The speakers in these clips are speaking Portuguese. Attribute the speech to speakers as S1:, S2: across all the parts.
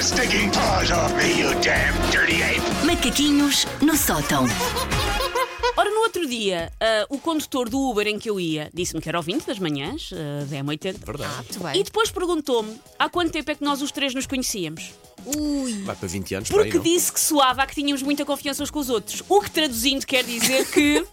S1: stinking paws off me, you damn dirty ape!
S2: Macaquinhos no sótão.
S3: Ora, no outro dia, ah, o condutor do Uber em que eu ia disse-me que era ouvinte das manhãs, ah, da M80.
S4: Verdade.
S5: Muito bem.
S3: E depois perguntou-me há quanto tempo é que nós os três nos conhecíamos.
S5: Ui,
S4: Vai para 20 anos, para aí,
S3: Porque
S4: não?
S3: disse que soava a que tínhamos muita confiança uns com os outros. O que traduzindo quer dizer que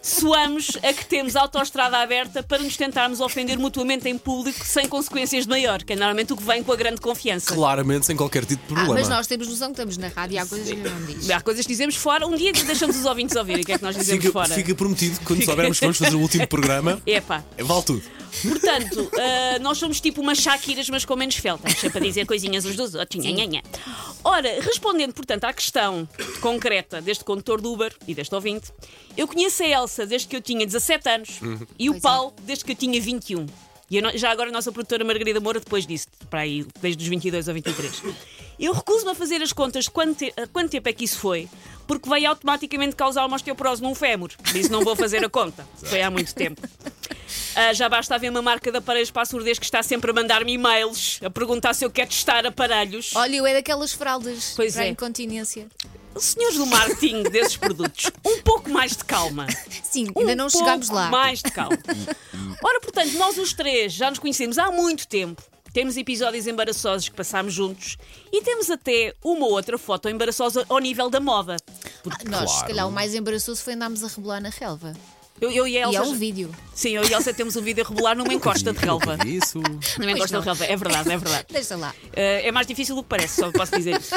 S3: soamos a que temos a autoestrada aberta para nos tentarmos ofender mutuamente em público sem consequências de maior, que é normalmente o que vem com a grande confiança.
S4: Claramente, sem qualquer tipo de
S5: Ah,
S4: problema.
S5: mas nós temos noção que estamos na rádio e há coisas que não diz.
S3: Há coisas que dizemos fora, um dia deixamos os ouvintes ouvirem o que é que nós dizemos
S4: fica,
S3: fora.
S4: fica prometido que quando soubermos que vamos fazer o último programa,
S3: Epá.
S4: vale tudo.
S3: Portanto, ah, nós somos tipo umas Shakiras, mas com menos felta. Sempre para dizer coisinhas uns dos outros. Nha, nha, nha. Ora, respondendo, portanto, à questão concreta deste condutor do Uber e deste ouvinte, eu conheço a Elsa desde que eu tinha 17 anos e o
S5: Pois é.
S3: Paulo desde que eu tinha 21. E eu não- já agora a nossa produtora Margarida Moura depois disse, para aí, desde os 22 ou 23. Eu recuso-me a fazer as contas de quanto, te- a quanto tempo é que isso foi, porque vai automaticamente causar uma osteoporose num fémur. Por isso não vou fazer a conta. Foi há muito tempo. Ah, já basta haver uma marca de aparelhos para a surdez que está sempre a mandar-me e-mails a perguntar se eu quero testar aparelhos.
S5: Olha, eu é daquelas fraldas
S3: Pois
S5: para
S3: é.
S5: incontinência.
S3: Senhores do marketing desses produtos, um pouco mais de calma.
S5: Sim, ainda
S3: Um
S5: não
S3: pouco
S5: chegámos lá.
S3: Mais de calma. Ora, portanto, nós os três já nos conhecemos há muito tempo. Temos episódios embaraçosos que passámos juntos e temos até uma ou outra foto embaraçosa ao nível da moda.
S5: Ah, Nós, se calhar, o mais embaraçoso foi andarmos a rebolar na relva.
S3: Eu, eu e a Elsa.
S5: E é um vídeo.
S3: Sim, eu e a Elsa temos um vídeo a rebolar numa encosta de relva.
S4: Isso.
S3: Numa encosta de relva, é verdade, é verdade.
S5: Deixa lá.
S3: Uh, é mais difícil do que parece, só posso dizer isso.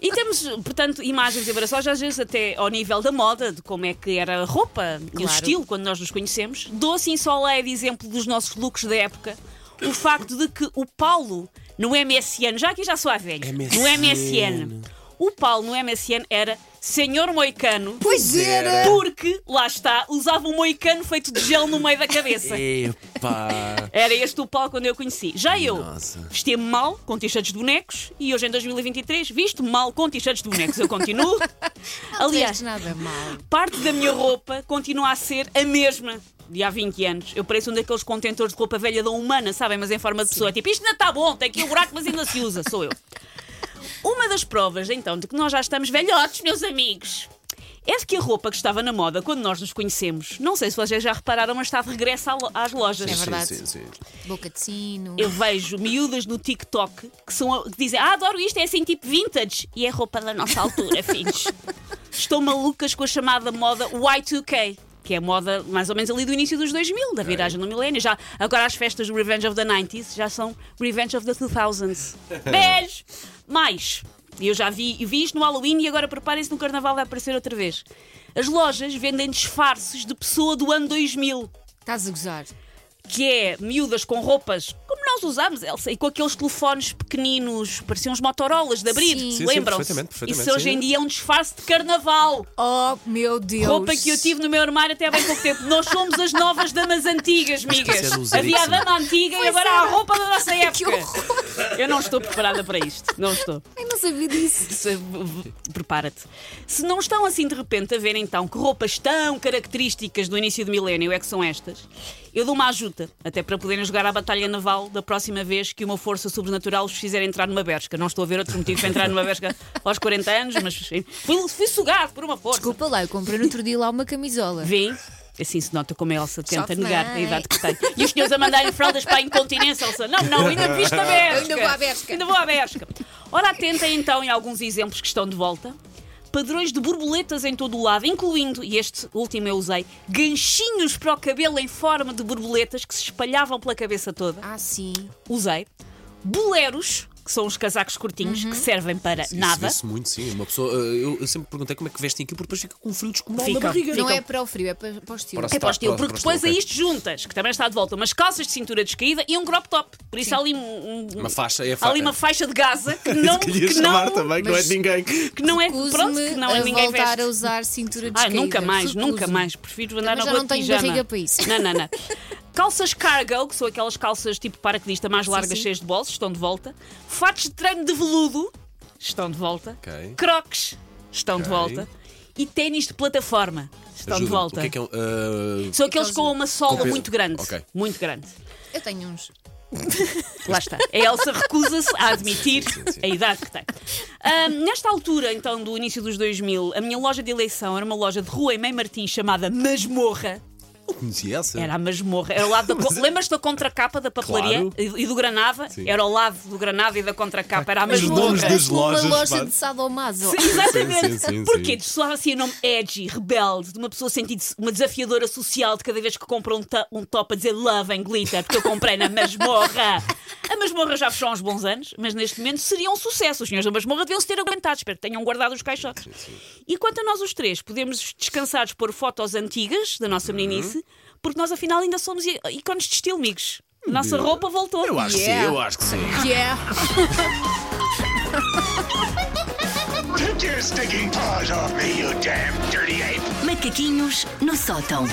S3: E temos, portanto, imagens embaraçosas, às vezes até ao nível da moda, de como é que era a roupa e o
S5: Claro.
S3: estilo quando nós nos conhecemos. Dou assim só lá de exemplo dos nossos looks da época o facto de que o Paulo no MSN, já que eu já sou a velha, no MSN, o Paulo no MSN era Senhor Moicano.
S5: Pois era!
S3: Porque, lá está, usava um moicano feito de gel no meio da
S5: É.
S3: cabeça.
S4: Epá.
S3: Era este o Paulo quando eu conheci. Já eu
S4: Nossa.
S3: vestia-me mal com t-shirts de bonecos e hoje em 2023 visto mal com t-shirts de bonecos. Eu continuo.
S5: Não
S3: Aliás,
S5: fizeste nada mal.
S3: parte da minha roupa continua a ser a mesma de há 20 anos. Eu pareço um daqueles contentores de roupa velha da humana, sabem, mas em forma de pessoa. Tipo, isto ainda está bom, tem aqui um buraco, mas ainda se usa. Sou eu. Uma das provas, então, de que nós já estamos velhotes, meus amigos. É de que a roupa que estava na moda quando nós nos conhecemos, não sei se vocês já repararam, mas está de regresso à lo- às lojas.
S5: É verdade.
S4: Sim, sim, sim.
S5: Boca de sino.
S3: Eu vejo miúdas no TikTok que, são, que dizem Ah, adoro isto, é assim tipo vintage E é roupa da nossa altura, filhos Estão malucas com a chamada moda Y2K que é a moda mais ou menos ali do início dos 2000, da viragem do milénio. Já, agora as festas do Revenge of the 90s já são Revenge of the 2000s. Beijos! Mais! Eu já vi, eu vi isto no Halloween e agora preparem-se no Carnaval vai aparecer outra vez. As lojas vendem disfarces de pessoa do ano 2000
S5: Estás a gozar.
S3: que é miúdas com roupas como nós usámos, Elsa, e com aqueles telefones pequeninos, pareciam uns Motorolas de abrir,
S5: Sim. Sim,
S4: sim,
S3: lembram-se?
S4: perfeitamente, perfeitamente,
S3: Isso hoje
S4: sim.
S3: em dia é um disfarce de carnaval.
S5: Oh, meu Deus.
S3: Roupa que eu tive no meu armário até há bem pouco tempo. Nós somos as novas damas antigas, migas.
S4: Esqueceram de usar
S3: Havia a
S4: isso.
S3: dama antiga e agora há a roupa da nossa
S5: Que
S3: época.
S5: horror.
S3: Eu não estou preparada para isto. Não estou.
S5: Eu não sabia disso.
S3: Se- Prepara-te. Se não estão assim de repente a ver então que roupas tão características do início do milénio é que são estas, eu dou uma ajuda, até para poderem jogar à batalha naval da próxima vez que uma força sobrenatural os fizer entrar numa berca. Não estou a ver outro motivo para entrar numa berca aos 40 anos, mas fui, fui sugado por uma força.
S5: Desculpa lá, eu comprei no outro dia lá uma camisola.
S3: Vem. Assim se nota como a Elsa tenta
S5: Sofre
S3: negar a
S5: bem.
S3: idade que tem. E os senhores a mandarem fraldas para a incontinência, Elsa. Não, não, ainda me viste a berca.
S5: Eu ainda vou à berca.
S3: Ainda vou à berca. Ora, atentem então em alguns exemplos que estão de volta. Padrões de borboletas em todo o lado, incluindo, e este último eu usei, ganchinhos para o cabelo em forma de borboletas que se espalhavam pela cabeça toda
S5: Ah, sim.
S3: usei. Boleros, que são os casacos curtinhos,
S5: Uhum.
S3: que servem para nada.
S4: Isso vê-se muito, sim. Uma pessoa, uh, eu, eu sempre perguntei como é que vestem aquilo, porque depois fica com um frio descomunal
S3: Fica.
S4: na barriga.
S5: Não
S3: Ficam-
S5: é para o frio, é para, para o estilo.
S4: Para o
S3: então. É para o
S4: Está,
S3: estilo,
S4: pronto,
S3: porque
S4: para o
S3: depois
S4: estilo,
S3: a
S4: ok.
S3: isto juntas, que também está de volta, umas calças de cintura descaída e um crop top. Por isso há ali um- um-
S4: Uma faixa, é a
S3: há ali
S4: faixa.
S3: uma faixa de Gaza que não,
S4: Queria
S3: que
S4: chamar
S3: não,
S4: também, que não é
S5: mas-
S4: de ninguém.
S3: que não é
S5: Recuso-me
S3: pronto, que não é
S5: a
S3: ninguém
S5: voltar
S3: veste.
S5: a usar cintura de
S3: Ai, nunca mais, nunca mais. Prefiro andar
S5: Também
S3: na
S5: já
S3: rua
S5: não
S3: de
S5: tenho
S3: pijama.
S5: barriga para isso.
S3: Não, não, não. Calças cargo, que são aquelas calças tipo paraquedista mais largas,
S5: sim.
S3: cheias de bolsos, estão de volta. Fatos de treino de veludo, estão de volta.
S4: Ok.
S3: Crocs, estão de
S4: Ok.
S3: volta. E ténis de plataforma, estão de
S4: Ajuda-me.
S3: volta.
S4: O que é que é um, uh,
S3: São aqueles com uma sola
S4: Com peso.
S3: muito grande.
S4: Ok.
S3: Muito grande.
S5: Eu tenho uns.
S3: Lá está. A Elsa recusa-se a admitir a idade que tem. Ahm, nesta altura, então, do início dos 2000, a minha loja de eleição era uma loja de rua em Mãe Martins chamada Masmorra.
S4: Não conhecia essa?
S3: Era a masmorra. Era ao lado da. co- Lembras-te da contracapa da papelaria
S4: é- Claro.
S3: e e do Granava?
S4: Sim.
S3: Era ao lado do Granava e da contracapa. Era a
S4: Mas os
S3: masmorra.
S4: nomes das lojas,
S5: Uma loja
S4: pá.
S5: de Sadomaso.
S3: Sim, Exatamente.
S4: Sim, sim, sim,
S3: Porquê?
S4: sim.
S3: Destoava assim o nome edgy, rebelde, de uma pessoa sentindo uma desafiadora social de cada vez que compra um, to- um top a dizer love em glitter, porque eu comprei na masmorra. A masmorra já fechou há uns bons anos, mas neste momento seria um sucesso. Os senhores da masmorra deviam se ter aguentado. Espero que tenham guardado os caixotes. E quanto a nós os três, podemos descansados pôr fotos antigas da
S4: Uhum.
S3: nossa meninice, porque nós afinal ainda somos i- ícones de estilo, amigos. A Nossa roupa voltou.
S4: Eu acho que
S5: Yeah.
S4: sim, eu acho que sim.
S5: Yeah.
S1: Take your stinking paws off me, you damn dirty ape!
S2: Macaquinhos no sótão.